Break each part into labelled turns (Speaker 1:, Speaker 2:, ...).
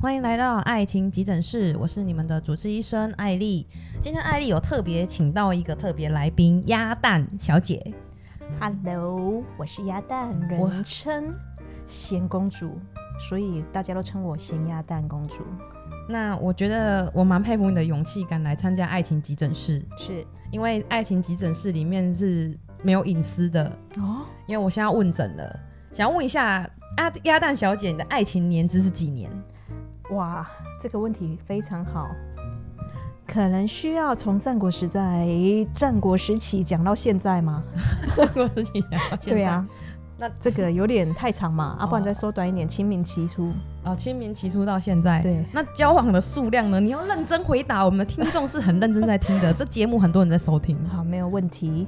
Speaker 1: 欢迎来到爱情急诊室，我是你们的主治医生艾丽。今天艾丽有特别请到一个特别来宾鸭蛋小姐，
Speaker 2: Hello，我是鸭蛋，
Speaker 1: 我
Speaker 2: 人称咸公主，所以大家都称我咸鸭蛋公主。
Speaker 1: 那我觉得我蛮佩服你的勇气，敢来参加爱情急诊室，
Speaker 2: 是
Speaker 1: 因为爱情急诊室里面是没有隐私的，
Speaker 2: 哦，
Speaker 1: 因为我现在要问诊了，想要问一下鸭鸭蛋小姐，你的爱情年资是几 年？
Speaker 2: 哇，这个问题非常好，可能需要从战国时代、战国时期讲到现在吗？
Speaker 1: 我自己想到现在
Speaker 2: 对啊，
Speaker 1: 那
Speaker 2: 这个有点太长 嘛，啊，不然
Speaker 1: 哦
Speaker 2: 再缩短一点，清明期初。
Speaker 1: 哦，清明期初到现在，
Speaker 2: 对
Speaker 1: 那交往的数量呢？你要认真回答，我们的听众是很认真在听的，这节目很多人在收听。
Speaker 2: 好，没有问题。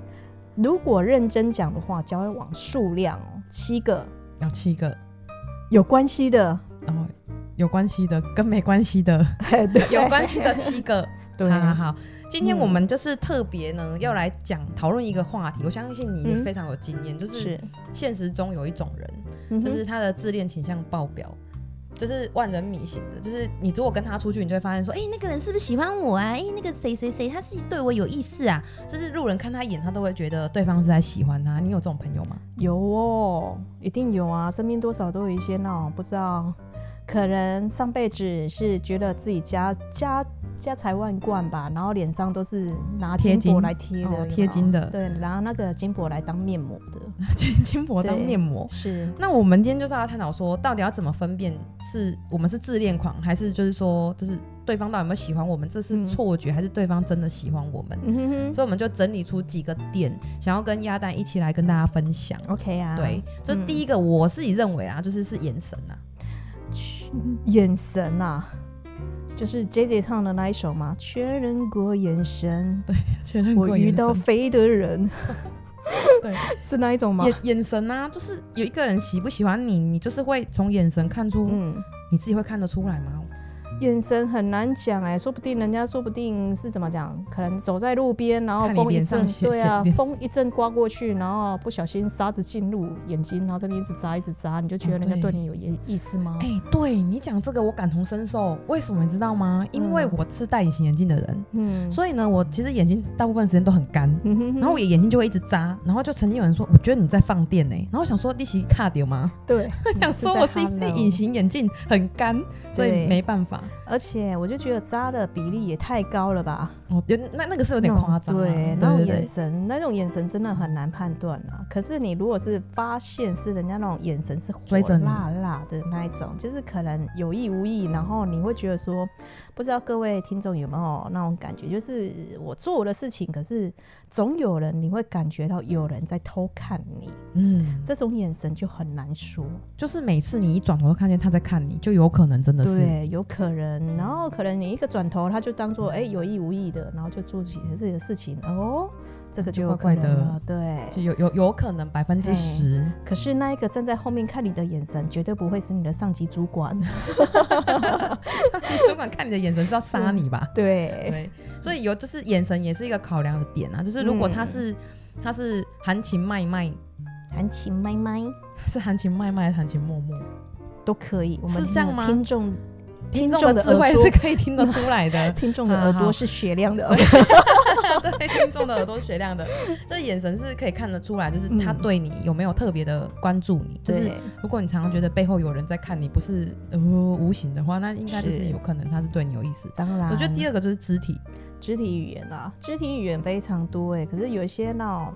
Speaker 2: 如果认真讲的话，交往数量哦，七个
Speaker 1: 有七个，
Speaker 2: 有关系的，
Speaker 1: 然后有关系的跟没关系的，
Speaker 2: 对
Speaker 1: 有关系的七个。
Speaker 2: 对
Speaker 1: 好好好，今天我们就是特别呢，要来讲讨论一个话题。我相信你也
Speaker 2: 嗯
Speaker 1: 非常有经验， 就是
Speaker 2: 是，
Speaker 1: 现实中有一种人，
Speaker 2: 嗯哼
Speaker 1: 就是他的自恋倾向爆表，就是万人迷型的。就是你如果跟他出去，你就会发现说，哎、那个人是不是喜欢我啊？哎、那个谁谁谁，他是对我有意思啊。就是路人看他一眼，他都会觉得对方是在喜欢他。你有这种朋友 吗？
Speaker 2: 有哦，一定有啊，身边多少都有一些那种不知道，可能上辈子是觉得自己家家家财万贯吧，然后脸上都是拿
Speaker 1: 贴
Speaker 2: 金箔
Speaker 1: 金
Speaker 2: 来贴的，
Speaker 1: 哦
Speaker 2: 有没有
Speaker 1: 贴金的
Speaker 2: 对，拿那个金箔来当面膜的，
Speaker 1: 金金箔当
Speaker 2: 对
Speaker 1: 面膜。
Speaker 2: 是
Speaker 1: 那我们今天就是要探讨说，到底要怎么分辨是我们是自恋狂，还是就是说，就是对方到底有没有喜欢我们？这是
Speaker 2: 嗯
Speaker 1: 错觉，还是对方真的喜欢我们？
Speaker 2: 嗯哼哼
Speaker 1: 所以我们就整理出几个点，想要跟鸭蛋一起来跟大家分享。
Speaker 2: ，OK 啊，
Speaker 1: 对，就第一个我自己认为啊，就是是眼神啊，
Speaker 2: 眼神啊。就是 J J 唱的那一首嘛，确认过眼神，
Speaker 1: 确认
Speaker 2: 我遇到飞的人，
Speaker 1: 对
Speaker 2: 是那一种吗？
Speaker 1: 眼眼神啊，就是有一个人喜不喜欢你，你就是会从眼神看出，
Speaker 2: 嗯，
Speaker 1: 你自己会看得出来
Speaker 2: 哦
Speaker 1: 吗？
Speaker 2: 眼神很难讲哎、说不定人家说不定是怎么讲，可能走在路边，然后
Speaker 1: 看你
Speaker 2: 风一
Speaker 1: 脸上
Speaker 2: 阵，
Speaker 1: 写
Speaker 2: 对啊
Speaker 1: 写，
Speaker 2: 风一阵刮过去，然后不小心沙子进入眼睛，然后这边一直扎一直扎，你就觉
Speaker 1: 哦
Speaker 2: 得人家
Speaker 1: 对
Speaker 2: 对你有意意思吗？
Speaker 1: 哎、对你讲这个我感同身受，为什么你知道吗？因为
Speaker 2: 嗯
Speaker 1: 我是戴隐形眼镜的人，
Speaker 2: 嗯，
Speaker 1: 所以呢，我其实眼睛大部分时间都很干。
Speaker 2: 嗯哼哼
Speaker 1: 然后我眼睛就会一直眨，然后就曾经有人说，我觉得你在放电呢、然后我想说，利息卡掉吗？
Speaker 2: 对，
Speaker 1: 想说我是因为隐，形眼镜很干，所以
Speaker 2: 对
Speaker 1: 没办法。
Speaker 2: 而且我就觉得扎的比例也太高了吧，
Speaker 1: 哦，有那那个是有点夸张啊、
Speaker 2: 对，那
Speaker 1: 对对
Speaker 2: 种眼
Speaker 1: 对，
Speaker 2: 神，那种眼神真的很难判断啊。可是你如果是发现是人家那种眼神是火
Speaker 1: 追着你
Speaker 2: 辣辣的那一种，就是可能有意无意，然后你会觉得说，不知道各位听众有没有那种感觉，就是我做的事情，可是总有人你会感觉到有人在偷看你，
Speaker 1: 嗯，
Speaker 2: 这种眼神就很难说。
Speaker 1: 就是每次你一转头看见他在看你，就有可能真的是。
Speaker 2: 对，有可能，然后可能你一个转头，他就当做哎、有意无意的，然后就做起自己的事情哦。这个就有
Speaker 1: 怪
Speaker 2: 可
Speaker 1: 怪的
Speaker 2: 能了，对，
Speaker 1: 就有有有可能百分之十，
Speaker 2: 可是那一个站在后面看你的眼神，绝对不会是你的上级主 管。
Speaker 1: 主管看你的眼神是要杀你吧？
Speaker 2: 对，
Speaker 1: 对，所以有就是眼神也是一个考量的点啊。就是如果他是、他是含情脉脉，
Speaker 2: 含情脉脉
Speaker 1: 是含情脉脉还是含情脉脉？
Speaker 2: 都可以。我们
Speaker 1: 是这样吗
Speaker 2: 听众
Speaker 1: 听
Speaker 2: 听
Speaker 1: 众
Speaker 2: 众
Speaker 1: 的
Speaker 2: 的
Speaker 1: 智慧
Speaker 2: 耳朵。
Speaker 1: 是可以听得出 来的
Speaker 2: 啊听众的耳朵是雪亮的，
Speaker 1: 啊对听众的耳朵雪亮的，这眼神是可以看得出来，就是他
Speaker 2: 嗯
Speaker 1: 对你有没有特别的关注你。就是
Speaker 2: 对
Speaker 1: 如果你常常觉得背后有人在看你，不是呃无形的话，那应该就是啊
Speaker 2: 是
Speaker 1: 有可能他是对你有意思。
Speaker 2: 当然。
Speaker 1: 我觉得第
Speaker 2: 二
Speaker 1: 二个就是肢体，
Speaker 2: 肢体语言啊，肢体语言非常多哎、可是有一些那种。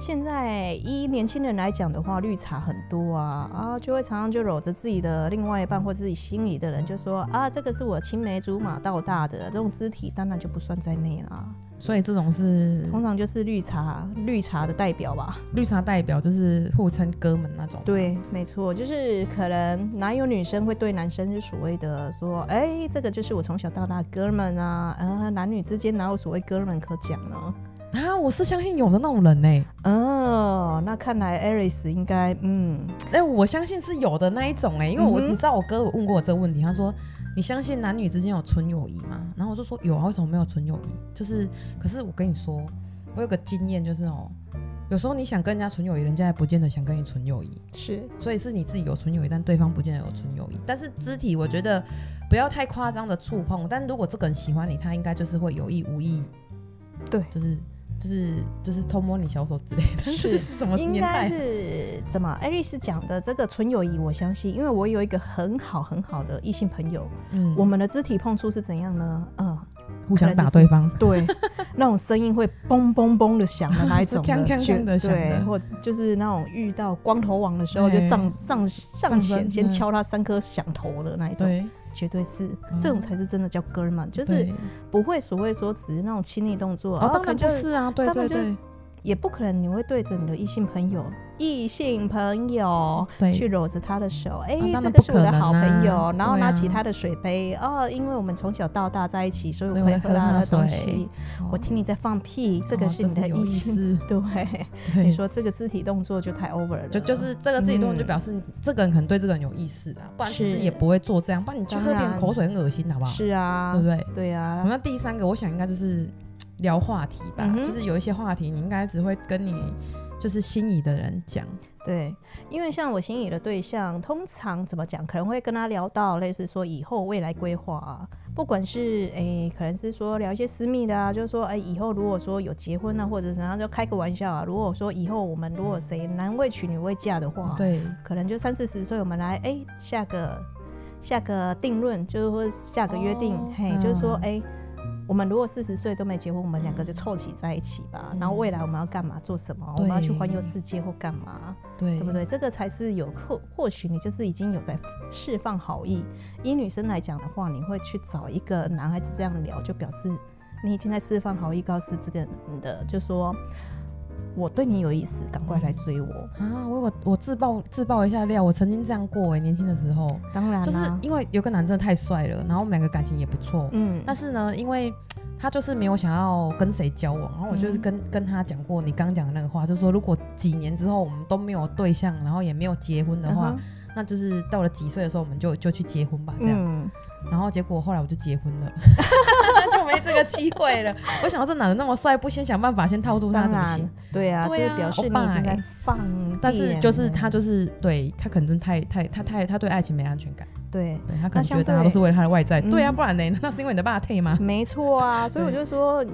Speaker 2: 现在依年轻人来讲的话，绿茶很多啊啊，就会常常就搂着自己的另外一半或自己心里的人，就说啊，这个是我青梅竹马到大的，这种肢体当然就不算在内啦。
Speaker 1: 所以这种是
Speaker 2: 通常就是绿茶，绿茶的代表吧。
Speaker 1: 绿茶代表，就是互称哥们那种。
Speaker 2: 对，没错，就是可能哪有女生会对男生是所谓的说，哎、这个就是我从小到大的哥们啊，呃，男女之间哪有所谓哥们可讲呢？
Speaker 1: 啊，我是相信有的那种人欸呢、
Speaker 2: 哦，那看来 Aris 应该，嗯，
Speaker 1: 哎，我相信是有的那一种哎、因为我、
Speaker 2: 嗯哼
Speaker 1: 你知道我哥有问过我这个问题，他说你相信男女之间有纯友谊吗？然后我就说有啊，为什么没有纯友谊？就是，可是我跟你说，我有个经验就是哦，有时候你想跟人家纯友谊，人家也不见得想跟你纯友谊，
Speaker 2: 是
Speaker 1: 所以是你自己有纯友谊，但对方不见得有纯友谊。但是肢体我觉得不要太夸张的触碰，但如果这个人喜欢你，他应该就是会有意无意，
Speaker 2: 对
Speaker 1: 就是就是就是偷摸你小手之类的。这
Speaker 2: 是
Speaker 1: 是什么
Speaker 2: 应
Speaker 1: 年
Speaker 2: 该
Speaker 1: 代？
Speaker 2: 是怎么？艾丽丝讲的这个纯友谊，我相信，因为我有一个很好很好的异性朋友，
Speaker 1: 嗯，
Speaker 2: 我们的肢体碰触是怎样呢？嗯，
Speaker 1: 互
Speaker 2: 相
Speaker 1: 相
Speaker 2: 打
Speaker 1: 打
Speaker 2: 对
Speaker 1: 对 方。
Speaker 2: 对，那种声音会嘣嘣嘣的响的那一种
Speaker 1: 是锵锵锵
Speaker 2: 绝
Speaker 1: 的响
Speaker 2: 对，
Speaker 1: 的
Speaker 2: 或就是那种遇到光头王的时候，就
Speaker 1: 对
Speaker 2: 上上上
Speaker 1: 上
Speaker 2: 前
Speaker 1: 身
Speaker 2: 先
Speaker 1: 嗯
Speaker 2: 敲他三颗响头的那一种，
Speaker 1: 对，
Speaker 2: 绝对是
Speaker 1: 嗯
Speaker 2: 这种才是真的叫哥们，就是
Speaker 1: 对
Speaker 2: 不会所谓说只是那种亲密动作，
Speaker 1: 哦，当
Speaker 2: 可
Speaker 1: 然
Speaker 2: 能就
Speaker 1: 不是啊，对
Speaker 2: 当然
Speaker 1: 对
Speaker 2: 就
Speaker 1: 对
Speaker 2: 是也不可能你会对着你的异性朋友、异性朋友
Speaker 1: 对，哦
Speaker 2: 去搂着他的手，哎、
Speaker 1: 当然
Speaker 2: 这个
Speaker 1: 不
Speaker 2: 是我的
Speaker 1: 可能
Speaker 2: 好朋友，
Speaker 1: 啊
Speaker 2: 然后
Speaker 1: 对
Speaker 2: 拿
Speaker 1: 啊
Speaker 2: 起他的水杯，哦，因为我们从小到大在一起，所以我
Speaker 1: 所以
Speaker 2: 可以
Speaker 1: 我
Speaker 2: 喝
Speaker 1: 喝
Speaker 2: 到
Speaker 1: 他
Speaker 2: 他的
Speaker 1: 的
Speaker 2: 东
Speaker 1: 水
Speaker 2: 西。
Speaker 1: 哦
Speaker 2: 我听你在放屁，这个
Speaker 1: 哦
Speaker 2: 是你的
Speaker 1: 有
Speaker 2: 异
Speaker 1: 意
Speaker 2: 性。
Speaker 1: 思。
Speaker 2: 对，
Speaker 1: 对
Speaker 2: 你说这个肢体动作就太 over 了，
Speaker 1: 就就是这个自己动作，就表示这个人可能对这个人有意思啊，不然其
Speaker 2: 嗯是
Speaker 1: 实也不会做这样，不然你去喝别
Speaker 2: 当然
Speaker 1: 人口水很恶心，好不好？
Speaker 2: 是啊
Speaker 1: 对不，对？
Speaker 2: 对
Speaker 1: 好，
Speaker 2: 啊，
Speaker 1: 那第三个我想应该就是聊话题吧，
Speaker 2: 嗯哼
Speaker 1: 就是有一些话题你应该只会跟你就是心仪的人讲，
Speaker 2: 对，因为像我心仪的对象，通常怎么讲，可能会跟他聊到类似说以后未来规划啊，不管是诶、可能是说聊一些私密的啊，就是说诶、以后如果说有结婚啊，或者怎样，就开个玩笑啊。如果说以后我们如果谁男未娶女未嫁的话，，
Speaker 1: 对，
Speaker 2: 可能就三四十岁，我们来诶、下个下个定论，就是或下个约定，
Speaker 1: 哦
Speaker 2: 嘿，就是说
Speaker 1: 嗯
Speaker 2: 诶。我们如果四十岁都没结婚，我们两个就凑齐在一起吧。然后未来我们要干嘛、做什么？我们要去环游
Speaker 1: 对
Speaker 2: 世界或干嘛？
Speaker 1: 对，
Speaker 2: 对不？对？这个才是有或或许你就是已经有在释放好意。以女生来讲的话，你会去找一个男孩子这样聊，就表示你已经在释放好意，告诉这个人的，就说我对你有意思，赶快来追我。
Speaker 1: 啊，我我我自爆自爆一下料，我曾经这样过哎、年轻的时候，
Speaker 2: 当然啦、啊
Speaker 1: 就是因为有个男真的太帅了，然后我们两个感情也不错，
Speaker 2: 嗯，
Speaker 1: 但是呢，因为他就是没有想要跟谁交往，然后我
Speaker 2: 嗯
Speaker 1: 就是跟、跟他讲过你刚讲的那个话，就是说如果几年之后我们都没有对象，然后也没有结婚的话，
Speaker 2: 嗯哼
Speaker 1: 那就是到了几岁的时候我们就就去结婚吧，这样。
Speaker 2: 嗯，
Speaker 1: 然后结果后来我就结婚 了， 就没这个机会了。我想到这男的那么帅，不先想办法先套住他
Speaker 2: 当
Speaker 1: 怎么
Speaker 2: 然
Speaker 1: 行？，
Speaker 2: 对啊，
Speaker 1: 对
Speaker 2: 这
Speaker 1: 啊
Speaker 2: 个表示
Speaker 1: 欧
Speaker 2: 你
Speaker 1: 巴
Speaker 2: 已经在
Speaker 1: 欸
Speaker 2: 放
Speaker 1: 但是
Speaker 2: 电
Speaker 1: 就是他
Speaker 2: 了
Speaker 1: 就是对他可能真的太太他太他对爱情没安全感，
Speaker 2: 对。
Speaker 1: 对他可
Speaker 2: 那
Speaker 1: 能
Speaker 2: 相
Speaker 1: 觉得大家都
Speaker 2: 对
Speaker 1: 是为了他的外在。
Speaker 2: 嗯
Speaker 1: 对啊，不然呢？ 那是因为你的爸退吗？
Speaker 2: 没 错啊，所以我就说，嗯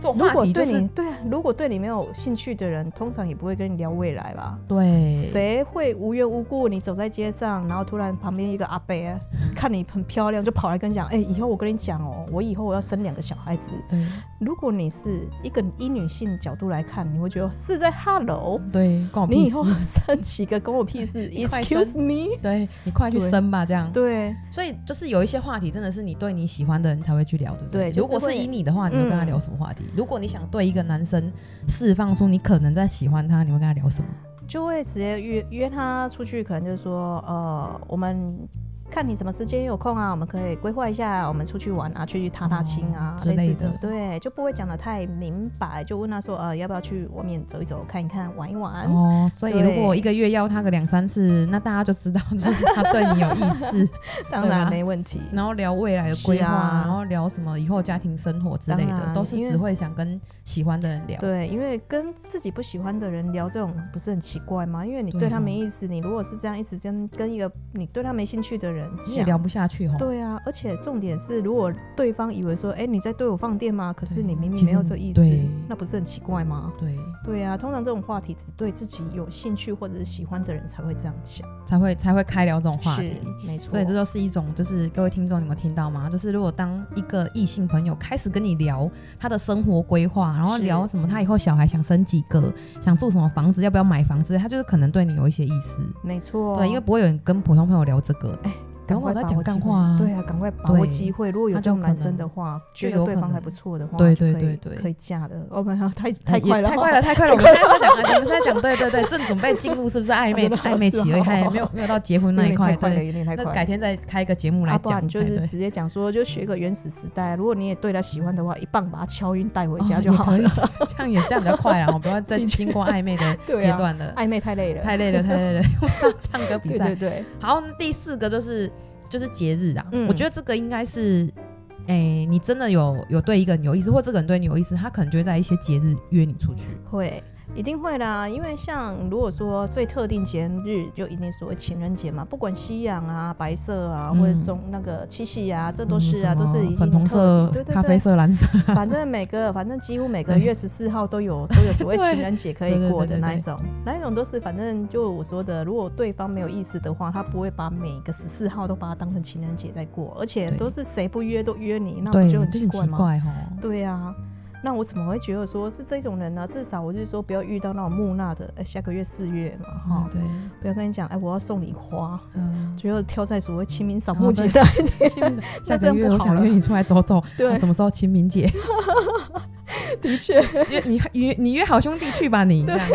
Speaker 1: 这种
Speaker 2: 如
Speaker 1: 话
Speaker 2: 果
Speaker 1: 题就
Speaker 2: 对
Speaker 1: 是
Speaker 2: 你对啊，如果对你没有兴趣的人，通常也不会跟你聊未来吧。
Speaker 1: 对
Speaker 2: 谁会无缘无故你走在街上，然后突然旁边一个阿伯看你很漂亮，就跑来跟你讲，哎、以后我跟你讲哦，我以后我要生两个小孩子。
Speaker 1: 对
Speaker 2: 如果你是一个以女性角度来看，你会觉得是在 hello，
Speaker 1: 对，关我
Speaker 2: 你
Speaker 1: 屁
Speaker 2: 以后
Speaker 1: 事。
Speaker 2: 生几个跟我 屁事
Speaker 1: 你快
Speaker 2: ？Excuse me？
Speaker 1: 对你快去
Speaker 2: 对
Speaker 1: 生吧，这样。
Speaker 2: 对，
Speaker 1: 所以就是有一些话题，真的是你对你喜欢的人才会去聊，对不
Speaker 2: 对
Speaker 1: 对？
Speaker 2: 就是
Speaker 1: 如果是
Speaker 2: 会嗯
Speaker 1: 以你的话，你会跟他聊什么话题？如果你想对一个男生释放出你可能在喜欢他，你会跟他聊什么？
Speaker 2: 就会直接约约他出去，可能就是说，呃，我们。看你什么时间有空啊，我们可以规划一下，我们出去玩啊，去踏踏青啊、
Speaker 1: 哦之类
Speaker 2: 类
Speaker 1: 的
Speaker 2: 似的，对，就不会讲的太明白，就问他说，呃，要不要去外面走一走、看一看、玩一玩？
Speaker 1: 哦，所以
Speaker 2: 对
Speaker 1: 如果一个月要他个两三次，那大家就知道 就是他对你有意思，
Speaker 2: 当
Speaker 1: 对啊
Speaker 2: 然
Speaker 1: 吧
Speaker 2: 没 问题。
Speaker 1: 然后聊未来的规划，
Speaker 2: 是啊
Speaker 1: 然后聊什么以后家庭生活之类
Speaker 2: 当
Speaker 1: 的
Speaker 2: 然，
Speaker 1: 都是
Speaker 2: 因为
Speaker 1: 只会想跟喜欢的人聊。
Speaker 2: 对，因为跟自己不喜欢的人聊这种不是很奇怪吗？因为你
Speaker 1: 对
Speaker 2: 对他
Speaker 1: 哦
Speaker 2: 没意思，你如果是这样一直跟跟一个你对他没兴趣的人
Speaker 1: 你也
Speaker 2: 讲，
Speaker 1: 聊不下去吼。
Speaker 2: 对啊，而且重点是，如果对方以为说，哎、你在对我放电吗？可是
Speaker 1: 对
Speaker 2: 你明明
Speaker 1: 其
Speaker 2: 没
Speaker 1: 实
Speaker 2: 有
Speaker 1: 你
Speaker 2: 这意思
Speaker 1: 对，
Speaker 2: 那不是很奇怪吗？
Speaker 1: 对，
Speaker 2: 对啊，通常这种话题只对自己有兴趣或者是喜欢的人才会这样讲。
Speaker 1: 才会才会开聊这种话题
Speaker 2: 是。，没错。
Speaker 1: 所以这就是一种，就是各位听众，你们听到吗？就是如果当一个异性朋友开始跟你聊他的生活规划，然后
Speaker 2: 是
Speaker 1: 聊什么他以后小孩想生几个，想住什么房子，要不要买房子，他就是可能对你有一些意思。
Speaker 2: 没错，
Speaker 1: 对，因为不会有人跟普通朋友聊这个，
Speaker 2: 哦哎赶快
Speaker 1: 我在
Speaker 2: 把
Speaker 1: 讲
Speaker 2: 握
Speaker 1: 干
Speaker 2: 机会
Speaker 1: 话啊
Speaker 2: 对啊，赶快把握
Speaker 1: 对
Speaker 2: 机会。如果有
Speaker 1: 那
Speaker 2: 这
Speaker 1: 就
Speaker 2: 种男
Speaker 1: 可
Speaker 2: 生
Speaker 1: 能
Speaker 2: 的话，觉
Speaker 1: 就
Speaker 2: 得
Speaker 1: 有
Speaker 2: 对
Speaker 1: 可
Speaker 2: 方还
Speaker 1: 能
Speaker 2: 不错的话，
Speaker 1: 对
Speaker 2: 就可
Speaker 1: 对对
Speaker 2: 以
Speaker 1: 对
Speaker 2: 可以嫁了。哦，不然太太
Speaker 1: 也
Speaker 2: 快了，
Speaker 1: 太 快了，太快了！我们现在在讲，我们现在讲，对对对，正准备进入是不是暧昧
Speaker 2: 真的
Speaker 1: 暧昧期而已，还没有没有到结婚
Speaker 2: 有
Speaker 1: 那一
Speaker 2: 点
Speaker 1: 块，
Speaker 2: 太快了，
Speaker 1: 对。
Speaker 2: 有点太快
Speaker 1: 那
Speaker 2: 了。
Speaker 1: 改天再开一个节目来
Speaker 2: 啊，不
Speaker 1: 讲，
Speaker 2: 然就
Speaker 1: 对
Speaker 2: 是
Speaker 1: 对
Speaker 2: 直接讲说，就学个原始时代。啊如果你也对他喜欢的话，一棒把他敲晕带回
Speaker 1: 哦
Speaker 2: 家就
Speaker 1: 也
Speaker 2: 好
Speaker 1: 可以
Speaker 2: 了。
Speaker 1: 这样也这样比较快了，我不要 再经过暧昧的
Speaker 2: 对啊
Speaker 1: 阶段了，
Speaker 2: 暧昧太累了，
Speaker 1: 太累了，太累了， 我要唱歌比
Speaker 2: 对
Speaker 1: 赛
Speaker 2: 对。对，
Speaker 1: 好，那第四个就是就是节日啊，
Speaker 2: 嗯
Speaker 1: 我觉得这个应该是，哎、你真的有有对一个人有意思，或这个人对你有意思，他可能就会在一些节日约你出去。
Speaker 2: 会。一定会啦，因为像如果说最特定节日，就一定所谓情人节嘛，不管西洋啊、白色啊，或者中那个七夕啊，这都是
Speaker 1: 嗯
Speaker 2: 啊，
Speaker 1: 什么
Speaker 2: 都是已经
Speaker 1: 嗯粉红
Speaker 2: 特
Speaker 1: 色
Speaker 2: 定对、对
Speaker 1: 咖啡，色、蓝色，
Speaker 2: 对反正每 个反正几乎每个月十四号都有都有所谓
Speaker 1: 对
Speaker 2: 情人节可以
Speaker 1: 对对
Speaker 2: 过的
Speaker 1: 对对
Speaker 2: 那一
Speaker 1: 对
Speaker 2: 种，那一种都是反正就我说的，如果对方没有意思的话，他不会把每个十四号都把它当成情人节在过，而且
Speaker 1: 对
Speaker 2: 都是谁不约都约你，那
Speaker 1: 对，就
Speaker 2: 不就
Speaker 1: 很
Speaker 2: 很
Speaker 1: 奇
Speaker 2: 奇怪吗？
Speaker 1: 怪哦哈。
Speaker 2: 对啊，那我怎么会觉得说是这种人呢？至少我就是说不要遇到那种木讷的，哎，下个月四月嘛，哈、
Speaker 1: 哦，对，
Speaker 2: 不要跟你讲，哎，我要送你花，
Speaker 1: 嗯，
Speaker 2: 最后挑在所谓清明扫
Speaker 1: 哦
Speaker 2: 墓节
Speaker 1: 对
Speaker 2: 来，
Speaker 1: 下
Speaker 2: 这
Speaker 1: 个
Speaker 2: 样
Speaker 1: 月
Speaker 2: 不
Speaker 1: 我
Speaker 2: 好
Speaker 1: 想
Speaker 2: 了
Speaker 1: 约你出来走走，
Speaker 2: 对
Speaker 1: 那什么时候清明 节？
Speaker 2: 的确，
Speaker 1: 约你约你约好兄弟去吧，你这样。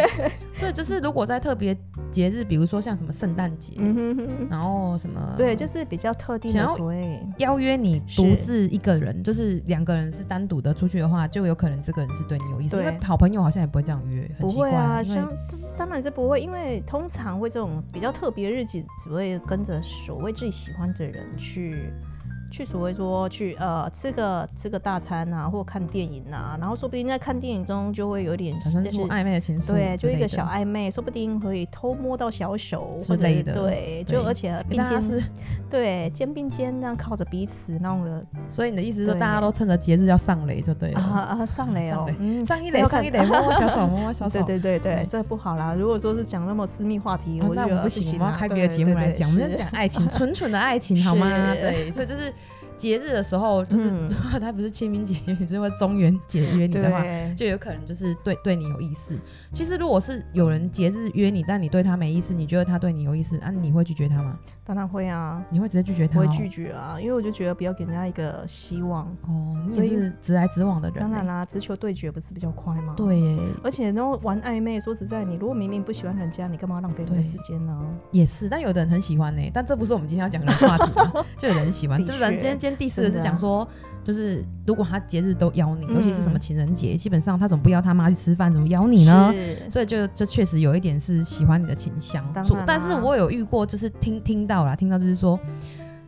Speaker 1: 所以就是如果在特别节日，比如说像什么圣诞节，
Speaker 2: 嗯哼哼，
Speaker 1: 然后什么
Speaker 2: 对，就是比较特定
Speaker 1: 想
Speaker 2: 的
Speaker 1: 要
Speaker 2: 所谓，
Speaker 1: 邀约你
Speaker 2: 是
Speaker 1: 独自一个人，就是两个人是单独的出去的话，就有可能这个人是对你有意思。因
Speaker 2: 对
Speaker 1: 为好朋友好像也不会这样约，很
Speaker 2: 不
Speaker 1: 奇怪
Speaker 2: 会啊，
Speaker 1: 因
Speaker 2: 像
Speaker 1: 为
Speaker 2: 当然是不会，因为通常会这种比较特别的日子，只会跟着所谓自己喜欢的人去。去所谓说去呃吃个吃个大餐啊，或看电影啊，然后说不定在看电影中就会有点
Speaker 1: 产生
Speaker 2: 就
Speaker 1: 出
Speaker 2: 是
Speaker 1: 暧昧的情愫之类
Speaker 2: 对，
Speaker 1: 的，
Speaker 2: 就一个小暧昧，说不定可以偷摸到小手
Speaker 1: 之
Speaker 2: 或者
Speaker 1: 类
Speaker 2: 是
Speaker 1: 的对
Speaker 2: 对，就而且并
Speaker 1: 大家是
Speaker 2: 肩，对肩并肩那样靠着彼此弄了
Speaker 1: 所以你的意思是说，
Speaker 2: 对
Speaker 1: 大家都趁着节日要上雷就对
Speaker 2: 啊
Speaker 1: 了，
Speaker 2: 啊上来
Speaker 1: 上
Speaker 2: 哦
Speaker 1: 来，
Speaker 2: 嗯，
Speaker 1: 上一
Speaker 2: 这
Speaker 1: 雷
Speaker 2: 要
Speaker 1: 上
Speaker 2: 看
Speaker 1: 一雷，摸摸小 手，摸摸小手。
Speaker 2: 对对对对
Speaker 1: 对，
Speaker 2: 这不好啦。如果说是讲那么私密话题，
Speaker 1: 啊
Speaker 2: 我
Speaker 1: 那
Speaker 2: 觉
Speaker 1: 我
Speaker 2: 得
Speaker 1: 们不
Speaker 2: 行
Speaker 1: 行，我
Speaker 2: 啊，
Speaker 1: 们要开别的
Speaker 2: 对
Speaker 1: 节目
Speaker 2: 对
Speaker 1: 来
Speaker 2: 对
Speaker 1: 讲，我们
Speaker 2: 是
Speaker 1: 在 讲爱情，纯纯的爱情好吗？
Speaker 2: 是
Speaker 1: 对，所以就是节日的时候，就是
Speaker 2: 嗯
Speaker 1: 他不是清明节约你，就是会中元节约你的话，
Speaker 2: 对，
Speaker 1: 就有可能就是对对你有意思。其实如果是有人节日约你，但你对他没意思，你觉得他对你有意思，啊，你会拒绝他吗？
Speaker 2: 当然会啊，
Speaker 1: 你会直接拒绝他、
Speaker 2: 我
Speaker 1: 哦？
Speaker 2: 会拒绝啊，因为我就觉得不要给人家一个希望。
Speaker 1: 哦，你也是直来直往的人、欸
Speaker 2: 当然啦，直球对决不是比较快吗？。
Speaker 1: 对耶，
Speaker 2: 而且，然后玩暧昧，说实在，你如果明明不喜欢人家，你干嘛浪费你的
Speaker 1: 对
Speaker 2: 时间呢？
Speaker 1: 也是。但有的人很喜欢呢、但这不是我们今天要讲的话题 嘛，就有人喜欢。
Speaker 2: 的
Speaker 1: 就是人
Speaker 2: 确
Speaker 1: 今天今天第四个
Speaker 2: 真
Speaker 1: 是
Speaker 2: 的啊
Speaker 1: 讲说，就是如果他节日都邀你，
Speaker 2: 嗯
Speaker 1: 尤其是什么情人节，基本上他总不邀他妈去吃饭，怎么邀你呢？
Speaker 2: 是
Speaker 1: 所以就就确实有一点是喜欢你的倾向
Speaker 2: 当，
Speaker 1: 所
Speaker 2: 然啦啊
Speaker 1: 但是我有遇过，就是听听到啦，听到就是说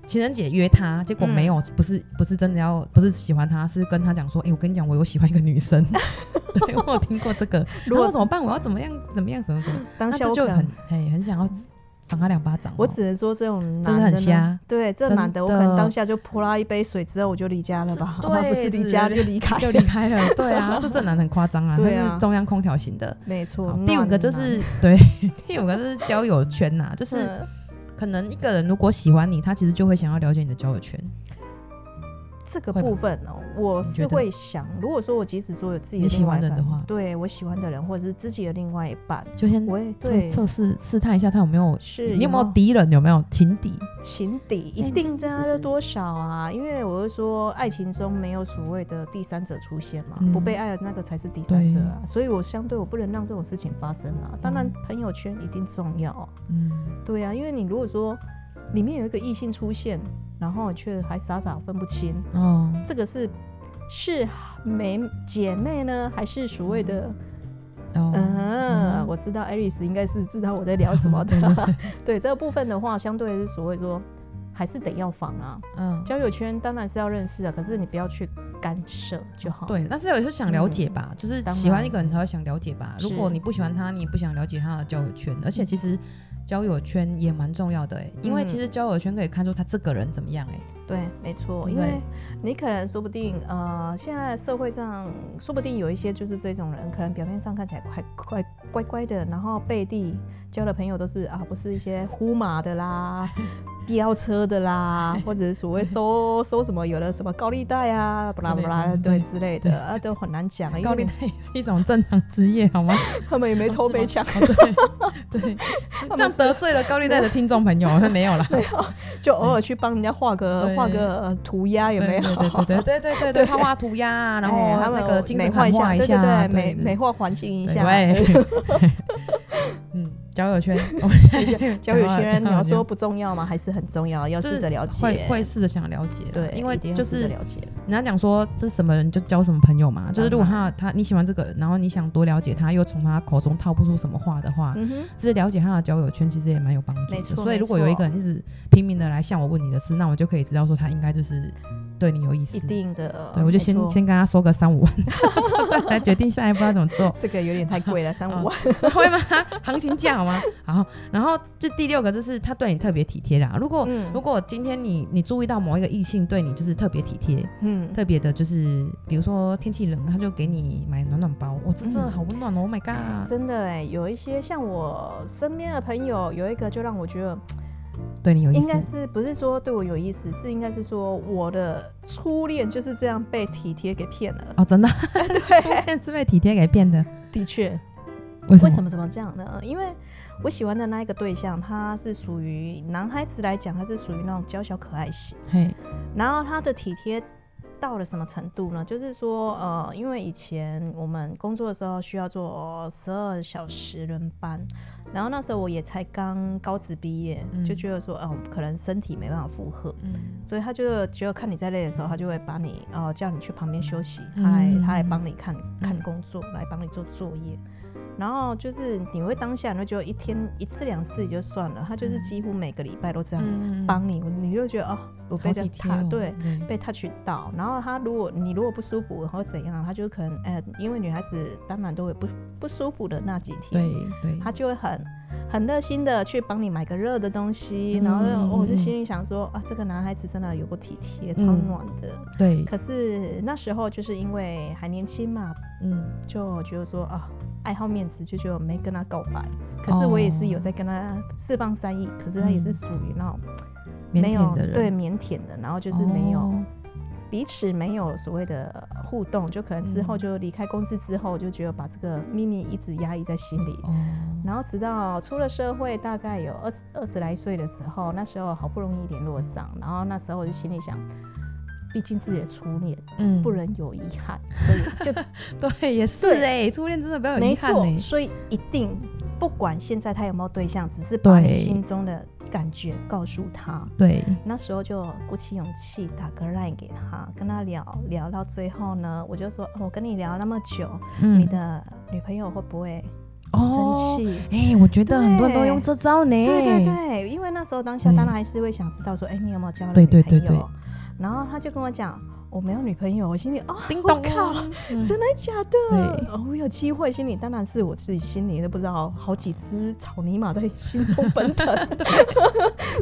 Speaker 1: 情人节约他，结果没
Speaker 2: 嗯
Speaker 1: 有，不是不是真的要，不是喜欢他，是跟他讲说，哎、我跟你讲，我有喜欢一个女生， 对我有听过这个，
Speaker 2: 如
Speaker 1: 如
Speaker 2: 果
Speaker 1: 果怎么办？我要怎么样？怎么样？怎么怎么样？
Speaker 2: 当
Speaker 1: 那
Speaker 2: 下
Speaker 1: 这
Speaker 2: 我
Speaker 1: 就
Speaker 2: 可
Speaker 1: 很
Speaker 2: 能
Speaker 1: 嘿，很想要赏他两巴掌哦、
Speaker 2: 嗯我只能说这种
Speaker 1: 这
Speaker 2: 男
Speaker 1: 是
Speaker 2: 的
Speaker 1: 很
Speaker 2: 呢
Speaker 1: 瞎，
Speaker 2: 对，这
Speaker 1: 真
Speaker 2: 男的我可能
Speaker 1: 的
Speaker 2: 当下就泼他一杯水之后我就离家了吧，
Speaker 1: 是
Speaker 2: 啊不
Speaker 1: 对
Speaker 2: 是离
Speaker 1: 是
Speaker 2: 家
Speaker 1: 有
Speaker 2: 就离 开，
Speaker 1: 就离开了。对啊，这正男很夸张啊，他
Speaker 2: 对啊
Speaker 1: 是中央空调型的。
Speaker 2: 没错
Speaker 1: 好。第
Speaker 2: 那
Speaker 1: 五个
Speaker 2: 你
Speaker 1: 就
Speaker 2: 呢
Speaker 1: 是 对，第五个就是交友圈呐、就是
Speaker 2: 嗯
Speaker 1: 可能一个人如果喜欢你，他其实就会想要了解你的交友圈。
Speaker 2: 这个
Speaker 1: 会吧
Speaker 2: 部分哦，我
Speaker 1: 你
Speaker 2: 是
Speaker 1: 觉得
Speaker 2: 会想，如果说我即使说有自己
Speaker 1: 你
Speaker 2: 的
Speaker 1: 喜
Speaker 2: 另外
Speaker 1: 欢
Speaker 2: 一
Speaker 1: 的人
Speaker 2: 半，
Speaker 1: 的话嗯
Speaker 2: 对我喜欢的人或者是自己的另外一半，
Speaker 1: 就先
Speaker 2: 我也
Speaker 1: 测
Speaker 2: 对
Speaker 1: 测试试探一下他有没有，
Speaker 2: 是
Speaker 1: 你有没有敌人，有没有情敌？
Speaker 2: 情敌，
Speaker 1: 哎
Speaker 2: 一
Speaker 1: 你
Speaker 2: 定
Speaker 1: 这
Speaker 2: 这
Speaker 1: 样
Speaker 2: 样
Speaker 1: 子
Speaker 2: 的
Speaker 1: 是
Speaker 2: 多少啊？因为我是说，爱情中没有所谓的第三者出现嘛，
Speaker 1: 嗯
Speaker 2: 不被爱的那个才是第三者啊。所以我相对我不能让这种事情发生啊。当然，朋友圈一定重要啊，
Speaker 1: 嗯，
Speaker 2: 对啊，因为你如果说里面有一个异性出现，然后却还傻傻分不清，
Speaker 1: 哦，
Speaker 2: 这个是是妹姐妹呢，还是所谓的？
Speaker 1: 哦，
Speaker 2: 嗯，
Speaker 1: 嗯
Speaker 2: 我知道 Alice 应该是知道我在聊什么
Speaker 1: 对对
Speaker 2: 的。对这个部分的话，相对是所谓说，还是得要防啊。
Speaker 1: 嗯，
Speaker 2: 交友圈当然是要认识啊，可是你不要去干涉就好。，
Speaker 1: 对，但是有时候想了解吧，就是
Speaker 2: 哦嗯当
Speaker 1: 喜欢
Speaker 2: 然
Speaker 1: 一个人才会想了解吧。如
Speaker 2: 是
Speaker 1: 果你不喜欢他，你也不想了解他的交友圈，而且其实交友圈也蛮重要的哎、因为
Speaker 2: 嗯
Speaker 1: 其实交友圈可以看出他这个人怎么样哎、
Speaker 2: 对，没错，
Speaker 1: 对
Speaker 2: 因为你可能说不定呃，现在社会上说不定有一些就是这种人，可能表面上看起来乖乖乖乖的，然后背地交的朋友都是啊，不是一些呼马的 啦。飙车的啦，或者是所谓收收什么有了什么高利贷啊，巴拉巴拉，
Speaker 1: 对
Speaker 2: 对之类的啊，都很难讲啊，因
Speaker 1: 高
Speaker 2: 为
Speaker 1: 利贷也是一种正常职业好 吗？
Speaker 2: 他们也没偷没 抢，
Speaker 1: 哦对 对，这样得罪了高利贷的听众朋友，那没有啦。
Speaker 2: 就偶尔去帮人家画个
Speaker 1: 对
Speaker 2: 画个呃涂鸦有没有？
Speaker 1: 对对对对对对 对，画画涂鸦啊，然后
Speaker 2: 哎他
Speaker 1: 那
Speaker 2: 们
Speaker 1: 个精
Speaker 2: 美
Speaker 1: 神
Speaker 2: 化
Speaker 1: 喊
Speaker 2: 一下，
Speaker 1: 话一
Speaker 2: 对
Speaker 1: 下啊，
Speaker 2: 对对，美美
Speaker 1: 对
Speaker 2: 化环境一
Speaker 1: 对
Speaker 2: 下。
Speaker 1: 对 嗯，交友 圈，我们现在
Speaker 2: 交友
Speaker 1: 讲到
Speaker 2: 圈你要
Speaker 1: 交友
Speaker 2: 说不重要吗？还是很重要，要
Speaker 1: 就
Speaker 2: 试
Speaker 1: 是
Speaker 2: 着了
Speaker 1: 会
Speaker 2: 解。
Speaker 1: 会试着想了解啦，
Speaker 2: 对，
Speaker 1: 因为
Speaker 2: 一定要
Speaker 1: 就
Speaker 2: 试着
Speaker 1: 是
Speaker 2: 了解。
Speaker 1: 人家讲说这是什么人就交什么朋友嘛，就是如果
Speaker 2: 当
Speaker 1: 他他你喜欢这个人，然后你想多了解他，又从他口中套不出什么话的话，
Speaker 2: 嗯哼，
Speaker 1: 就是了解他的交友圈，其实也蛮有帮助
Speaker 2: 没
Speaker 1: 的。
Speaker 2: 错
Speaker 1: 所以如果
Speaker 2: 没错
Speaker 1: 有一个人一直拼命的来向我问你的事，那我就可以知道说他应该就是对你有意思
Speaker 2: 一。定的。呃
Speaker 1: 对，我就
Speaker 2: 没
Speaker 1: 先
Speaker 2: 错
Speaker 1: 先跟他说个三五万， 再来决定下一步要怎么 做。
Speaker 2: 这个有点太贵 了，三五万。
Speaker 1: 这会吗？ 行情价好吗？好，然后这第六个就是他对你特别体贴啦。如果、
Speaker 2: 嗯
Speaker 1: 如果今天你你注意到某一个异性对你就是特别体贴，
Speaker 2: 嗯，
Speaker 1: 特别的就是比如说天气冷，他就给你买暖暖包，哇，这真的
Speaker 2: 嗯
Speaker 1: 好温暖哦、o h my god！
Speaker 2: 真的哎，有一些像我身边的朋友，有一个就让我觉得
Speaker 1: 对你有意
Speaker 2: 应该
Speaker 1: 思，
Speaker 2: 是不是说对我有意思，是应该是说我的初恋就是这样被体贴给骗了。
Speaker 1: 哦， 真的，
Speaker 2: 对，
Speaker 1: 现在是被体贴给变的，
Speaker 2: 的确。
Speaker 1: 为什
Speaker 2: 为
Speaker 1: 么？
Speaker 2: 什么怎么这样呢？呃因为我喜欢的那一个对象，他是属于男孩子来讲，他是属于那种娇小可爱型。
Speaker 1: 嘿，
Speaker 2: 然后他的体贴到了什么程度呢？就是说，呃，因为以前我们工作的时候需要做十二小时轮班，然后那时候我也才刚高职毕业，
Speaker 1: 嗯
Speaker 2: 就觉得说，嗯、可能身体没办法负荷，
Speaker 1: 嗯，
Speaker 2: 所以他就只有看你在累的时候，他就会把你呃叫你去旁边休息，
Speaker 1: 嗯
Speaker 2: 他来、他来帮你看看工作，来帮你做作业。然后就是你会当下，你会觉得一天一次两次也就算了，他就是几乎每个礼拜都这样
Speaker 1: 嗯
Speaker 2: 帮你，你就觉得哦，我被
Speaker 1: 好体
Speaker 2: 这样
Speaker 1: 贴、
Speaker 2: 他
Speaker 1: 哦，
Speaker 2: 对
Speaker 1: 对，
Speaker 2: 被 touch 到。然后他如果你如果不舒服或怎样，他就可能呃，因为女孩子当然都会不不舒服的那几天，
Speaker 1: 对对，
Speaker 2: 他就会很很热心的去帮你买个热的东西，
Speaker 1: 嗯
Speaker 2: 然后、
Speaker 1: 嗯
Speaker 2: 哦我就
Speaker 1: 嗯
Speaker 2: 心里想说啊，这个男孩子真的有够体贴，超
Speaker 1: 嗯
Speaker 2: 暖的。
Speaker 1: 对，
Speaker 2: 可是那时候就是因为还年轻嘛，
Speaker 1: 嗯，
Speaker 2: 就觉得说啊，爱好面子，就觉得没跟他告白。可是我也是有在跟他释放善意，可是他也是属于那种
Speaker 1: 嗯腼
Speaker 2: 没有
Speaker 1: 腆的人，
Speaker 2: 对，腼腆的，然后就是没有、
Speaker 1: 哦
Speaker 2: 彼此没有所谓的互动，就可能之后
Speaker 1: 嗯
Speaker 2: 就离开公司之后，就觉得把这个秘密一直压抑在心里。
Speaker 1: 哦，
Speaker 2: 然后直到出了社会，大概有二十二十来岁的时候，那时候好不容易联络上，然后那时候我就心里想，毕竟自己的初恋，
Speaker 1: 嗯
Speaker 2: 不能有遗憾，所以 就
Speaker 1: 对，也是
Speaker 2: 对
Speaker 1: 哎、初恋真的不要有
Speaker 2: 没
Speaker 1: 遗憾
Speaker 2: 错
Speaker 1: 哎，
Speaker 2: 所以一定不管现在他有没有对象，只是把你
Speaker 1: 对
Speaker 2: 心中的感觉告诉他。
Speaker 1: 对，
Speaker 2: 那时候就鼓起勇气打个 line 给他，跟他聊聊到最后呢，我就说、哦我跟你聊那么久，
Speaker 1: 嗯
Speaker 2: 你的女朋友会不会生
Speaker 1: 哦，
Speaker 2: 气？
Speaker 1: 哎、我觉得很多人都
Speaker 2: 对
Speaker 1: 用这招呢。
Speaker 2: 对对对，因为那时候当下
Speaker 1: 对
Speaker 2: 当然还是会想知道说，哎、你有没有交了
Speaker 1: 对
Speaker 2: 女朋
Speaker 1: 对
Speaker 2: 友？
Speaker 1: 对对
Speaker 2: 然后他就跟我讲，我没有女朋友，我心里哦，
Speaker 1: 叮
Speaker 2: 我
Speaker 1: 咚，
Speaker 2: 靠，
Speaker 1: 嗯
Speaker 2: 真的假
Speaker 1: 对
Speaker 2: 的？哦，我有机会，心里当然是我自己心里都不知道，好几只草泥马在心中 奔腾。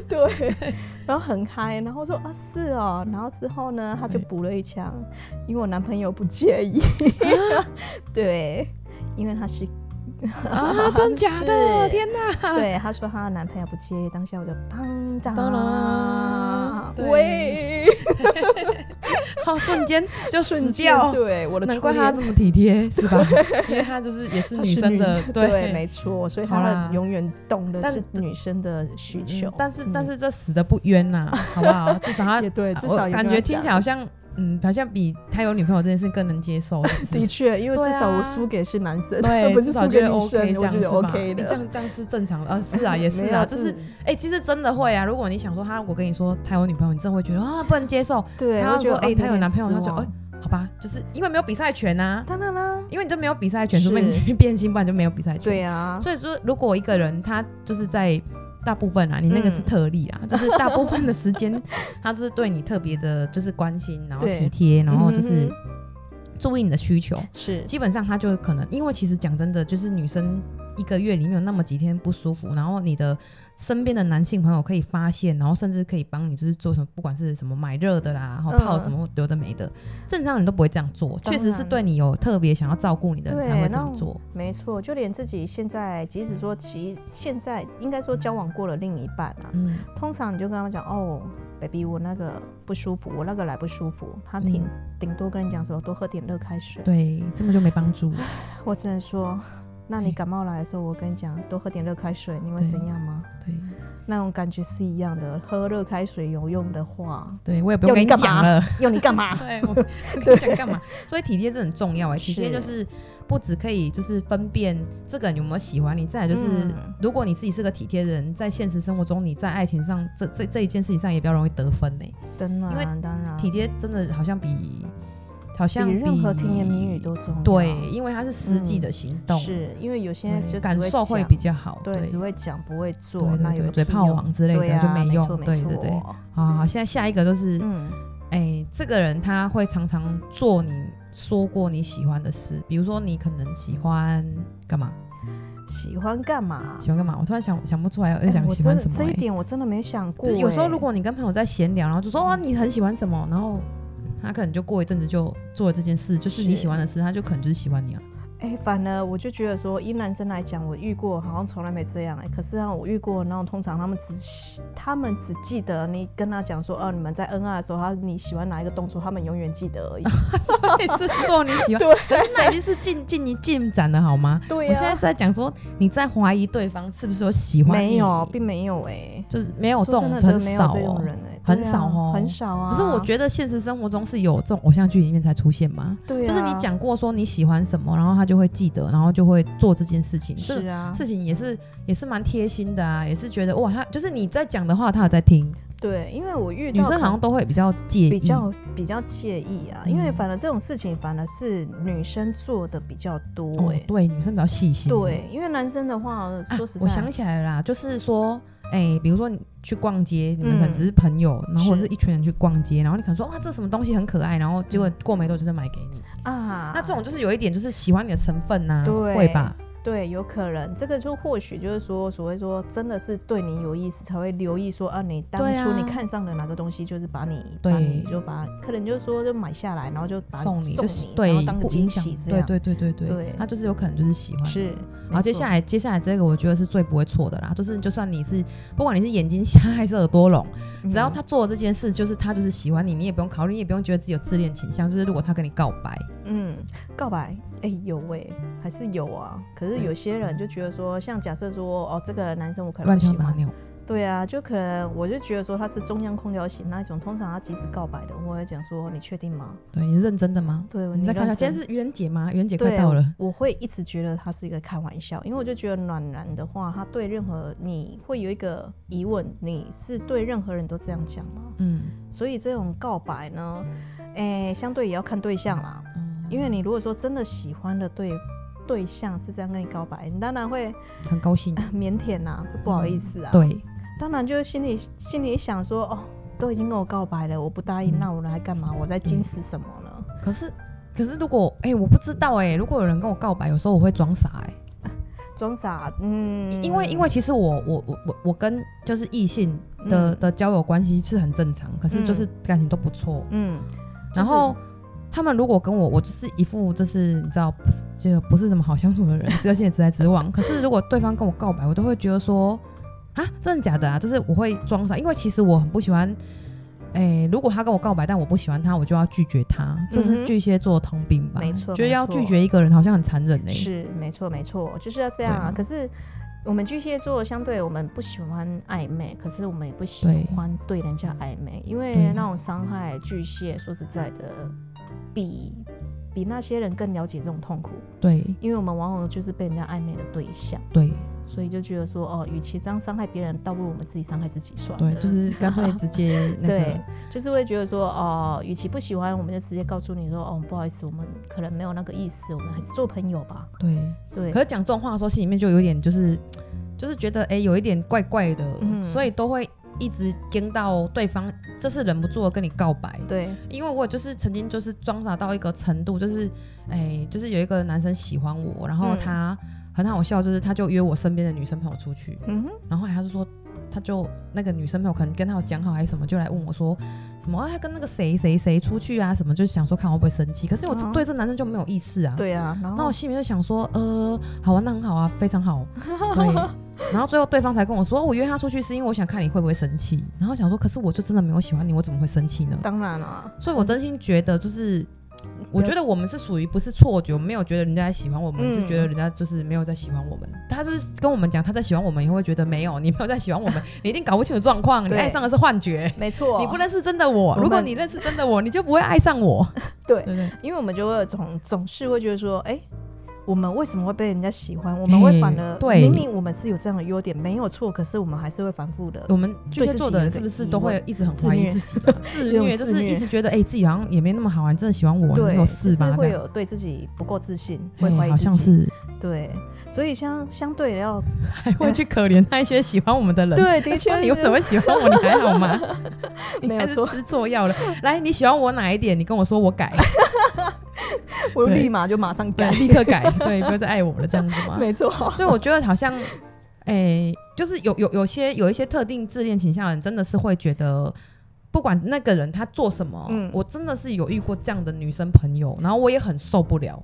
Speaker 2: 对，然后很嗨，然后说啊是哦，然后之后呢，他就
Speaker 1: 对
Speaker 2: 补了一枪，因为我男朋友不介意。 对，因为他是
Speaker 1: 啊，真假的，
Speaker 2: 是
Speaker 1: 天 哪！
Speaker 2: 对，她说她的男朋友不介意，当下我就砰当
Speaker 1: 当啦对
Speaker 2: 喂，
Speaker 1: 好，瞬间就死
Speaker 2: 瞬间
Speaker 1: 掉，
Speaker 2: 对我的
Speaker 1: 难
Speaker 2: 初
Speaker 1: 怪她
Speaker 2: 恋
Speaker 1: 这么体 贴，是吧？因为她就是也是
Speaker 2: 她
Speaker 1: 女
Speaker 2: 是
Speaker 1: 生的，
Speaker 2: 对，没错，所以
Speaker 1: 好
Speaker 2: 她
Speaker 1: 啦
Speaker 2: 们永远懂得
Speaker 1: 但
Speaker 2: 是女生的需求
Speaker 1: 嗯。但是
Speaker 2: 嗯
Speaker 1: 但是这死的不冤呐，好不 好？至少她
Speaker 2: 也对，至
Speaker 1: 我
Speaker 2: 少有
Speaker 1: 感
Speaker 2: 跟
Speaker 1: 觉
Speaker 2: 她
Speaker 1: 听起来
Speaker 2: 讲
Speaker 1: 好像，嗯，好像比她有女朋友这件事更能接受，是不是
Speaker 2: 的确，因为
Speaker 1: 对
Speaker 2: 至少
Speaker 1: 啊
Speaker 2: 我输给是男生，
Speaker 1: 对，
Speaker 2: 不
Speaker 1: 至
Speaker 2: 是
Speaker 1: 少
Speaker 2: 输
Speaker 1: 觉
Speaker 2: 给
Speaker 1: 得
Speaker 2: 女
Speaker 1: OK，
Speaker 2: 生，
Speaker 1: 这
Speaker 2: 我
Speaker 1: 样
Speaker 2: 觉
Speaker 1: 是
Speaker 2: 得
Speaker 1: 吧
Speaker 2: OK
Speaker 1: 哎这
Speaker 2: 的。
Speaker 1: 样这样是正常的啊， 是啊，也是
Speaker 2: 没
Speaker 1: 啊，
Speaker 2: 有
Speaker 1: 这是哎、其实真的会啊。如果你想说他，如果跟你说他有女朋友，你真的会觉得啊不能接受。
Speaker 2: 对，
Speaker 1: 他
Speaker 2: 我
Speaker 1: 要
Speaker 2: 觉
Speaker 1: 说
Speaker 2: 得
Speaker 1: 哎
Speaker 2: 哦
Speaker 1: 他有
Speaker 2: 点
Speaker 1: 男朋友
Speaker 2: 失
Speaker 1: 他就哎
Speaker 2: 望
Speaker 1: 好吧，就是因为没有比赛权啊，
Speaker 2: 当然啦，
Speaker 1: 因为你就没有比赛权，
Speaker 2: 是
Speaker 1: 除非你去变性，不然就没有比赛权。
Speaker 2: 对啊，
Speaker 1: 所以说，如果一个人他就是在大部分啊，你那个是
Speaker 2: 嗯
Speaker 1: 特例啊，就是大部分的时 间，他就是对你特别的，就是关心，然后
Speaker 2: 对
Speaker 1: 体贴，然后就是
Speaker 2: 嗯哼
Speaker 1: 注意你的需求。
Speaker 2: 哼是
Speaker 1: 基本上他就可能，因为其实讲真的，就是女生一个月里面有那么几天不舒服，然后你的身边的男性朋友可以发现，然后甚至可以帮你就是做什么，不管是什么买热的啦，然后
Speaker 2: 嗯
Speaker 1: 泡什么有的没的，正常人都不会这样做，
Speaker 2: 当
Speaker 1: 确
Speaker 2: 然
Speaker 1: 实是对你有特别想要照顾你的人
Speaker 2: 对
Speaker 1: 才会这么做。
Speaker 2: 没错，就连自己现在，即使说其现在应该说交往过了另一半啊，
Speaker 1: 嗯，
Speaker 2: 通常你就跟他们讲哦，baby，我那个不舒服，我那个来不舒服，他顶顶、多跟你讲说多喝点热开水。
Speaker 1: 嗯对，这么就没帮助。
Speaker 2: 我只能说，那你感冒来的时候，我跟你讲多喝点热开水，你会
Speaker 1: 对
Speaker 2: 怎样吗？
Speaker 1: 对，
Speaker 2: 那种感觉是一样的。喝热开水有用的话，
Speaker 1: 对我也不用
Speaker 2: 要
Speaker 1: 跟
Speaker 2: 你干
Speaker 1: 讲
Speaker 2: 嘛
Speaker 1: 了。
Speaker 2: 用你干 嘛？
Speaker 1: 对，我我跟你讲干嘛？ 所以体贴是很重要哎、体贴
Speaker 2: 是
Speaker 1: 就是不只可以就是分辨这个人有没有喜欢你，再来就是、
Speaker 2: 嗯
Speaker 1: 如果你自己是个体贴的人，在现实生活中你在爱情上这这这一件事情上也比较容易得分呢、
Speaker 2: 当
Speaker 1: 因为
Speaker 2: 然，当然，
Speaker 1: 体贴真的好像比好像
Speaker 2: 哦比
Speaker 1: 比
Speaker 2: 任何甜言蜜语都重要。嗯
Speaker 1: 对，因为它是实际的行动，
Speaker 2: 是因为有些
Speaker 1: 对
Speaker 2: 人就
Speaker 1: 感
Speaker 2: 只
Speaker 1: 受会
Speaker 2: 讲
Speaker 1: 比较好。对
Speaker 2: 对，只会讲不会做，
Speaker 1: 对
Speaker 2: 那
Speaker 1: 对
Speaker 2: 有
Speaker 1: 对，
Speaker 2: 个
Speaker 1: 嘴
Speaker 2: 屁
Speaker 1: 炮
Speaker 2: 用
Speaker 1: 王之类
Speaker 2: 对
Speaker 1: 的就
Speaker 2: 啊
Speaker 1: 没
Speaker 2: 没
Speaker 1: 用
Speaker 2: 错。没
Speaker 1: 对对
Speaker 2: 错
Speaker 1: 对，好好好，现在下一个就是
Speaker 2: 嗯，
Speaker 1: 哎、这个人他会常常做你说过你喜欢的事，比如说你可能喜欢干嘛？
Speaker 2: 喜欢干嘛？
Speaker 1: 喜欢干嘛？我突然想想不出来，我在
Speaker 2: 哎
Speaker 1: 想
Speaker 2: 我
Speaker 1: 喜欢
Speaker 2: 真
Speaker 1: 什
Speaker 2: 的
Speaker 1: 么、
Speaker 2: 这
Speaker 1: 哎
Speaker 2: 一点我真的没想过
Speaker 1: 就
Speaker 2: 哎。
Speaker 1: 是有时候如果你跟朋友在闲聊，然后就说哦你很喜欢什么，然后他可能就过一阵子就做了这件事，就是你
Speaker 2: 是
Speaker 1: 喜欢的事，他就可能就是喜欢 你啊。
Speaker 2: 哎，反而我就觉得说，以男生来讲，我遇过好像从来没这样哎。可是啊，我遇过那种通常他们只喜他们只记得你跟他讲说，哦，你们在恩爱的时候，他你喜欢哪一个动作，他们永远记得
Speaker 1: 啊
Speaker 2: 而已。
Speaker 1: 也是做你喜欢，
Speaker 2: 对
Speaker 1: 可是那已经是进进一进展了好吗？
Speaker 2: 对啊
Speaker 1: 我现在是在讲说你在怀疑对方是不是有喜欢你，
Speaker 2: 没有，并没有哎。
Speaker 1: 就是没有这
Speaker 2: 说
Speaker 1: 种
Speaker 2: 真的
Speaker 1: 很
Speaker 2: 没有
Speaker 1: 少
Speaker 2: 这种
Speaker 1: 哦。
Speaker 2: 人哎，
Speaker 1: 很
Speaker 2: 对啊
Speaker 1: 少哦
Speaker 2: 很少啊。
Speaker 1: 可是我觉得现实生活中是有这种偶像剧里面才出现吗？
Speaker 2: 对啊，
Speaker 1: 就是你讲过说你喜欢什么，然后他就会记得，然后就会做这件事情。这
Speaker 2: 是啊，
Speaker 1: 事情也是也是蛮贴心的啊，也是觉得哇，他就是你在讲的话，他有在听。
Speaker 2: 对，因为我遇到
Speaker 1: 女生
Speaker 2: 可
Speaker 1: 好
Speaker 2: 能
Speaker 1: 像都会比较介意，哦
Speaker 2: 比较比较介意啊，因为
Speaker 1: 嗯
Speaker 2: 反而这种事情反而是女生做的比较多
Speaker 1: 哦
Speaker 2: 哎、
Speaker 1: 对女生比较细心。
Speaker 2: 对，因为男生的话，
Speaker 1: 啊
Speaker 2: 说实在，
Speaker 1: 我想起来了啦，就是说。哎、比如说你去逛街，你们可能
Speaker 2: 嗯
Speaker 1: 只是朋友，然后或者
Speaker 2: 是嗯
Speaker 1: 是一群人去逛街，然后你可能说哇，这什么东西很可爱，然后结果过没多久就买给你。
Speaker 2: 啊，
Speaker 1: 那这种就是有一点就是喜欢你的成分呐、
Speaker 2: 对
Speaker 1: 会吧？
Speaker 2: 对有可能，这个就或许就是说，所谓说真的是对你有意思，才会留意说啊，你当
Speaker 1: 对
Speaker 2: 初你
Speaker 1: 啊
Speaker 2: 看上的哪个东西，就是把你
Speaker 1: 对
Speaker 2: 把你就把可能就是说就买下来，然后就把
Speaker 1: 送你
Speaker 2: 送
Speaker 1: 就是
Speaker 2: 你，然后
Speaker 1: 对，
Speaker 2: 当个
Speaker 1: 不
Speaker 2: 惊
Speaker 1: 影响
Speaker 2: 喜，这
Speaker 1: 对
Speaker 2: 样
Speaker 1: 对对对对，
Speaker 2: 对
Speaker 1: 他就是有可能就是喜欢。
Speaker 2: 是。
Speaker 1: 然后接下
Speaker 2: 来
Speaker 1: 来，接下来这个我觉得是最不会错的啦，就是就算你是不管你是眼睛瞎还是耳朵聋，只
Speaker 2: 嗯
Speaker 1: 要他做了这件事，就是他就是喜欢你，你也不用考虑，你也不用觉得自己有自恋倾向。就是如果他跟你告白，
Speaker 2: 嗯，告白，哎、有哎、还是有啊。可是有些人就觉得说，像假设说，哦，这个男生我可能
Speaker 1: 乱
Speaker 2: 不
Speaker 1: 枪
Speaker 2: 喜
Speaker 1: 打
Speaker 2: 欢，
Speaker 1: 鸟，
Speaker 2: 对啊，就可能我就觉得说他是中央空调型那一种。通常他即使告白的，我会讲说，你确定吗？
Speaker 1: 对你是认真的吗？
Speaker 2: 对，
Speaker 1: 你在开
Speaker 2: 看
Speaker 1: 玩笑？今天是愚人节吗？愚人节快
Speaker 2: 对哦
Speaker 1: 到了，
Speaker 2: 我会一直觉得他是一个开玩笑，因为我就觉得暖男的话，他对任何你会有一个疑问，你是对任何人都这样讲吗？
Speaker 1: 嗯，
Speaker 2: 所以这种告白呢，哎、相对也要看对象啦。
Speaker 1: 哦
Speaker 2: 因为你如果说真的喜欢的对对象是这样跟你告白，你当然会
Speaker 1: 很高兴
Speaker 2: 呃，腼腆呐、会不好意思啊。，
Speaker 1: 嗯对，
Speaker 2: 当然就是心里心里想说，哦，都已经跟我告白了，我不答应，
Speaker 1: 嗯
Speaker 2: 那我来干嘛？我在矜持什么呢？
Speaker 1: 可是。可是如果哎、我不知道哎、如果有人跟我告白，有时候我会装傻哎、
Speaker 2: 装傻，嗯，
Speaker 1: 因为因为其实我我我我我跟就是异性的、
Speaker 2: 嗯
Speaker 1: 的交友关系是很正常，可是就是感情都不错。
Speaker 2: 嗯，
Speaker 1: 然后他们如果跟我，我就是一副就是你知道不是这不是什么好相处的人，这个现在直来直往。可是如果对方跟我告白，我都会觉得说啊，真的假的啊？就是我会装傻，因为其实我很不喜欢。哎、如果他跟我告白，但我不喜欢他，我就要拒绝他，这
Speaker 2: 嗯
Speaker 1: 是
Speaker 2: 哼
Speaker 1: 巨蟹座的通病吧？
Speaker 2: 没错
Speaker 1: 觉得要
Speaker 2: 没错
Speaker 1: 拒绝一个人好像很残忍哎、
Speaker 2: 是没错没错，就是要这样啊。
Speaker 1: 对
Speaker 2: 可是。我们巨蟹座相对我们不喜欢暧昧，可是我们也不喜
Speaker 1: 对
Speaker 2: 欢对人家暧昧，因为
Speaker 1: 对
Speaker 2: 那种伤害巨蟹说实在的，比比那些人更了解这种痛苦。
Speaker 1: 对
Speaker 2: 因为我们往往就是被人家暧昧的对象，
Speaker 1: 对
Speaker 2: 所以就觉得说，哦，与其这样伤害别人，倒不如我们自己伤害自己算了。
Speaker 1: 对，就是干脆直接那个
Speaker 2: 嗯对，就是会觉得说，哦，与其不喜欢，我们就直接告诉你说，哦，不好意思，我们可能没有那个意思，我们还是做朋友吧。
Speaker 1: 对
Speaker 2: 对
Speaker 1: 可，是讲这种话的时候，心里面就有点就是，就是觉得哎、诶有一点怪怪的，
Speaker 2: 嗯
Speaker 1: 所以都会一直跟到对方，就是忍不住的跟你告白。
Speaker 2: 对，
Speaker 1: 因为我就是曾经就是装傻到一个程度，就是哎、诶就是有一个男生喜欢我，然后
Speaker 2: 嗯
Speaker 1: 他、很好笑，就是他就约我身边的女生朋友出去，
Speaker 2: 嗯哼，
Speaker 1: 然后后来他就说。他就那个女生朋友可能跟他有讲好还是什么，就来问我说什么、啊、他跟那个谁谁谁出去啊什么，就想说看我会不会生气。可是我这
Speaker 2: 哦
Speaker 1: 对这男生就没有意思啊。
Speaker 2: 对啊，然
Speaker 1: 那
Speaker 2: 后
Speaker 1: 我心里面就想说，呃，好啊，那很好啊，非常好， 对。然后最后对方才跟我说，哦我约他出去是因为我想看你会不会生气。然
Speaker 2: 嗯
Speaker 1: 后想说，可是我就真的没有喜欢你，我怎么会生气呢？
Speaker 2: 当然了、
Speaker 1: 所以我真心觉得，就是我觉得我们是属于不是错觉，我们没有觉得人家在喜欢我们，
Speaker 2: 嗯
Speaker 1: 是觉得人家就是没有在喜欢我们。他是跟我们讲他在喜欢我们，也会觉得没有，你没有在喜欢我们，你一定搞不清楚状况，你
Speaker 2: 对
Speaker 1: 爱上的是幻觉，
Speaker 2: 没错，
Speaker 1: 你不认识真的我。
Speaker 2: 们
Speaker 1: 如果你认识真的我，你就不会爱上我，
Speaker 2: 对，
Speaker 1: 对不对？
Speaker 2: 因为我们就会总总是会觉得说，哎、我们为什么会被人家喜欢？我们会反而、
Speaker 1: 嗯对
Speaker 2: 明明我们是有这样的优点，没有错，可是我们还是会反复的。
Speaker 1: 我们巨蟹座的人
Speaker 2: 对自己
Speaker 1: 是
Speaker 2: 有一个
Speaker 1: 不是
Speaker 2: 疑问
Speaker 1: 都会一直很怀疑自己 啊？自
Speaker 2: 有
Speaker 1: 虐就
Speaker 2: 种自
Speaker 1: 是
Speaker 2: 虐
Speaker 1: 一直觉得，哎、自己好像也没那么好玩，真的喜欢我，
Speaker 2: 对，
Speaker 1: 你有事
Speaker 2: 就是
Speaker 1: 吧？这
Speaker 2: 会
Speaker 1: 样，
Speaker 2: 有对自己不够自信，会怀
Speaker 1: 哎，
Speaker 2: 疑
Speaker 1: 好
Speaker 2: 自己。
Speaker 1: 像是，
Speaker 2: 对，所以相相对的要
Speaker 1: 还会去可怜那一些喜欢我们的人。
Speaker 2: 对，
Speaker 1: 他
Speaker 2: 的
Speaker 1: 说
Speaker 2: 确
Speaker 1: 你为什么喜欢我？你还好 吗？
Speaker 2: 没有
Speaker 1: 你还是
Speaker 2: 错
Speaker 1: 吃错药了。来，你喜欢我哪一点？你跟我说，我改，
Speaker 2: 我
Speaker 1: 对
Speaker 2: 立马就马上
Speaker 1: 对，
Speaker 2: 改，
Speaker 1: 立刻改，对，不要再爱我了，这样子嘛。
Speaker 2: 没 错，
Speaker 1: 对，我觉得好像，哎、就是有有有些有一些特定自恋倾向的人，真的是会觉得。不管那个人他做什么，
Speaker 2: 嗯
Speaker 1: 我真的是有遇过这样的女生朋友，然后我也很受不了。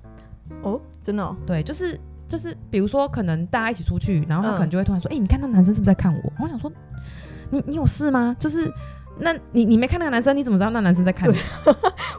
Speaker 2: 哦，真的、哦，
Speaker 1: 对，就是就是，比如说可能大家一起出去，然后他
Speaker 2: 嗯
Speaker 1: 可能就会突然说：“哎、你看那男生是不是在看我？”我想说：“你你有事吗？”就是那你你没看那个男生，你怎么知道那男生在看你？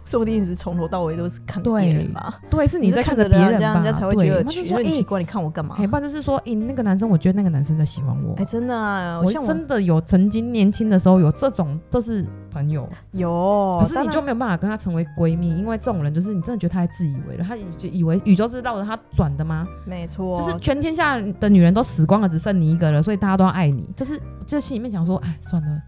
Speaker 2: 说不定是从头到尾都是看
Speaker 1: 对
Speaker 2: 别人吧，
Speaker 1: 对，是你在看着别
Speaker 2: 人啊
Speaker 1: 人
Speaker 2: 家，
Speaker 1: 吧？
Speaker 2: 人家才会
Speaker 1: 对
Speaker 2: 觉得
Speaker 1: 他就
Speaker 2: 奇
Speaker 1: 说：“
Speaker 2: 很奇
Speaker 1: 哎、
Speaker 2: 怪，你啊看我干嘛
Speaker 1: 欸，？”不然就是说：“哎、那个男生，我觉得那个男生在喜欢我。
Speaker 2: 哎，真的啊，
Speaker 1: 我
Speaker 2: 像我
Speaker 1: 真的有曾经年轻的时候有这种，就是朋友，
Speaker 2: 有，
Speaker 1: 可是
Speaker 2: 哦当
Speaker 1: 你
Speaker 2: 然
Speaker 1: 就没有办法跟她成为闺蜜，因为这种人就是你真的觉得她还自以为了，她就以为宇宙是绕着她转的吗？
Speaker 2: 没错，
Speaker 1: 就是全天下的女人都死光了，只剩你一个了，所以大家都要爱你。就是就心里面想说，哎，算了，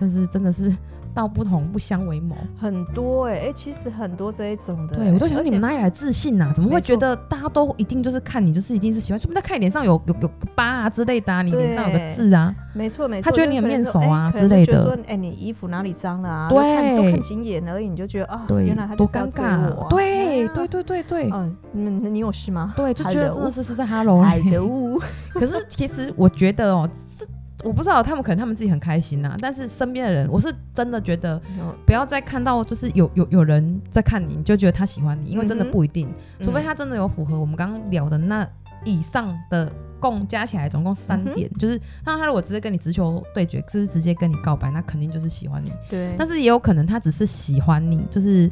Speaker 1: 就是真的是道不同不相 为谋。
Speaker 2: 很多哎、欸、哎、其实很多这一种的欸、
Speaker 1: 对我都想
Speaker 2: 而
Speaker 1: 说你
Speaker 2: 且
Speaker 1: 们哪里来自信呐、啊？怎么会
Speaker 2: 没错
Speaker 1: 觉得大家都一定就是看你就是一定是喜欢？说不定他看你脸上有有有个疤啊之类的啊，你脸上有个
Speaker 2: 对
Speaker 1: 痣啊，
Speaker 2: 没错没错，
Speaker 1: 他觉得你很面熟啊
Speaker 2: 就是可能
Speaker 1: 之类的
Speaker 2: 说哎可能就觉得说哎、你衣服哪里脏了啊？
Speaker 1: 对
Speaker 2: 都看都看几眼而已，你就觉得啊，
Speaker 1: 对
Speaker 2: 原来他，就
Speaker 1: 多
Speaker 2: 是要
Speaker 1: 尴
Speaker 2: 追
Speaker 1: 尬
Speaker 2: 我、啊
Speaker 1: 啊，，对
Speaker 2: 啊
Speaker 1: 对对对对。
Speaker 2: 嗯、嗯，你有事吗？
Speaker 1: 对，就觉得真的是是在 hello
Speaker 2: 海
Speaker 1: 欸
Speaker 2: 德物，
Speaker 1: 可是其实我觉得哦，这我不知道他们可能他们自己很开心呐、啊但是身边的人，我是真的觉得
Speaker 2: 哦
Speaker 1: 不要再看到就是有有有人在看你，你就觉得他喜欢
Speaker 2: 嗯
Speaker 1: 你，因为真的不一定， 除非他真的有符合我们刚刚聊的那以上的共加起来总共
Speaker 2: 嗯
Speaker 1: 三点，就是那他如果直接跟你直球对决，就是直接跟你告白，那肯定就是喜欢你，
Speaker 2: 对，
Speaker 1: 但是也有可能他只是喜欢你，就是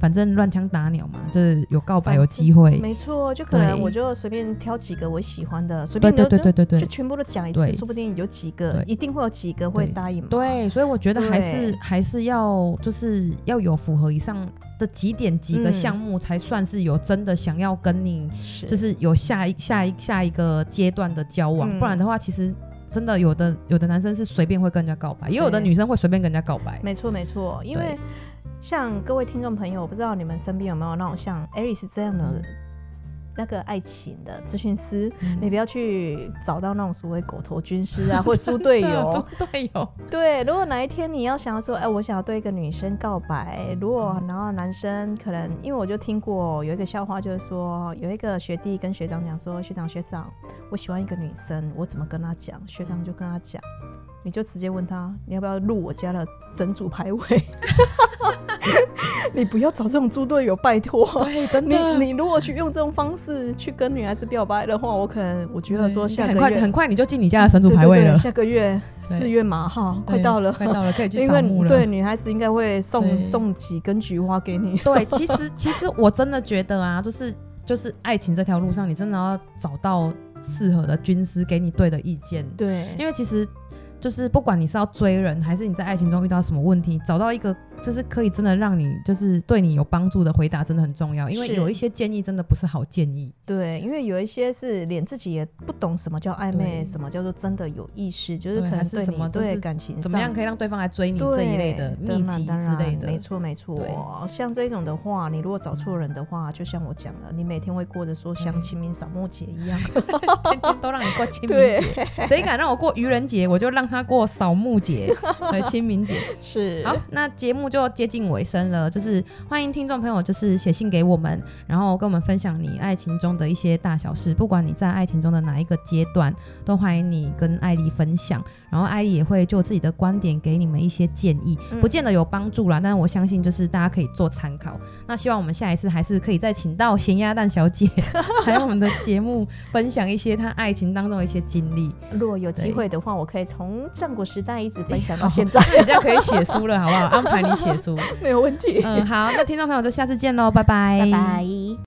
Speaker 1: 反正乱枪打鸟嘛，就是有告白
Speaker 2: 反正
Speaker 1: 有机会，
Speaker 2: 没错，就可能
Speaker 1: 对
Speaker 2: 我就随便挑几个我喜欢的，随
Speaker 1: 对
Speaker 2: 便
Speaker 1: 对
Speaker 2: 都
Speaker 1: 对对对
Speaker 2: 就就
Speaker 1: 对。
Speaker 2: 全部都讲一
Speaker 1: 对
Speaker 2: 次，说不定有几个
Speaker 1: 对
Speaker 2: 一定会有几个会答应嘛。
Speaker 1: 对，所以我觉得还
Speaker 2: 对
Speaker 1: 是还是要就是要有符合以上的几点几个
Speaker 2: 嗯
Speaker 1: 项目，才算是有真的想要跟你
Speaker 2: 是
Speaker 1: 就是有下一下一下一个阶段的交往，
Speaker 2: 嗯
Speaker 1: 不然的话，其实真的有的有的男生是随便会跟人家告白，也有的
Speaker 2: 对
Speaker 1: 女生会随便跟人家告白。
Speaker 2: 没错没错，因
Speaker 1: 对
Speaker 2: 为像各位听众朋友，我不知道你们身边有没有那种像 Alice 这样的那个爱情的咨询师，
Speaker 1: 嗯
Speaker 2: 你不要去找到那种所谓狗头军师啊，或者猪 队
Speaker 1: 真的
Speaker 2: 友。
Speaker 1: 猪队 友，
Speaker 2: 对，如果哪一天你要想要说，哎、我想要对一个女生告白，如
Speaker 1: 嗯
Speaker 2: 果然后男生可能，因为我就听过有一个笑话，就是说有一个学弟跟学长讲说，学长学长，我喜欢一个女生，我怎么跟她讲？学长就跟他讲，你就直接问他，你要不要入我家的整组排位？ 你不要找这种猪队友，拜托。
Speaker 1: 对，真
Speaker 2: 你
Speaker 1: 的。
Speaker 2: 你如果去用这种方式去跟女孩子表白的话，我可能我觉得说
Speaker 1: 对
Speaker 2: 下
Speaker 1: 很
Speaker 2: 个
Speaker 1: 快
Speaker 2: 月
Speaker 1: 很快嗯你就进你家的神主
Speaker 2: 对
Speaker 1: 牌
Speaker 2: 对
Speaker 1: 位
Speaker 2: 对
Speaker 1: 了，
Speaker 2: 下个月
Speaker 1: 对
Speaker 2: 四月嘛，哈，快
Speaker 1: 对
Speaker 2: 到了，
Speaker 1: 快到了，可以去
Speaker 2: 因
Speaker 1: 扫
Speaker 2: 为
Speaker 1: 墓了。
Speaker 2: 对女孩子应该会
Speaker 1: 对
Speaker 2: 送送几根菊花给你。
Speaker 1: 对，其实其实我真的觉得啊，就是就是爱情这条路上，你真的要找到适合的军师给你对的意见，
Speaker 2: 对，
Speaker 1: 因为其实就是不管你是要追人，还是你在爱情中遇到什么问题，找到一个就是可以真的让你就是对你有帮助的回答，真的很重要。因为
Speaker 2: 是
Speaker 1: 有一些建议真的不是好建议。
Speaker 2: 对，因为有一些是连自己也不懂什么叫暧昧，
Speaker 1: 对
Speaker 2: 什么叫做真的有意识，就是
Speaker 1: 对
Speaker 2: 可
Speaker 1: 还
Speaker 2: 能
Speaker 1: 是
Speaker 2: 对
Speaker 1: 什么
Speaker 2: 你
Speaker 1: 就是
Speaker 2: 对感情
Speaker 1: 怎么样可
Speaker 2: 以。
Speaker 1: 以让对方来追你
Speaker 2: 对
Speaker 1: 这一类的秘
Speaker 2: 当然
Speaker 1: 籍
Speaker 2: 当
Speaker 1: 之
Speaker 2: 然
Speaker 1: 类的，
Speaker 2: 没错没错
Speaker 1: 对。
Speaker 2: 像这种的话，你如果找错人的话，就像我讲了，你每天会过得说像
Speaker 1: 对
Speaker 2: 清明扫墓节 一样。
Speaker 1: 天天都让你过清明
Speaker 2: 对
Speaker 1: 节，谁敢让我过愚人节，我就让他过扫墓节 和清明节。
Speaker 2: 是
Speaker 1: 好，那节目就接近尾声了，就是欢迎听众朋友就是写信给我们，然后跟我们分享你爱情中的一些大小事，不管你在爱情中的哪一个阶段，都欢迎你跟艾丽分享。然后艾莉也会就自己的观点给你们一些建议，
Speaker 2: 嗯
Speaker 1: 不见得有帮助啦，但是我相信就是大家可以做参考。那希望我们下一次还是可以再请到咸鸭蛋小姐，还有我们的节目分享一些她爱情当中的一些经历，
Speaker 2: 如果有机会的话，我可以从战国时代一直分享 到现在，
Speaker 1: 你这样可以写书嗯了，好不好？安排你写书。
Speaker 2: 没有问题。
Speaker 1: 嗯，好，那听众朋友就下次见喽，拜拜，
Speaker 2: 拜拜。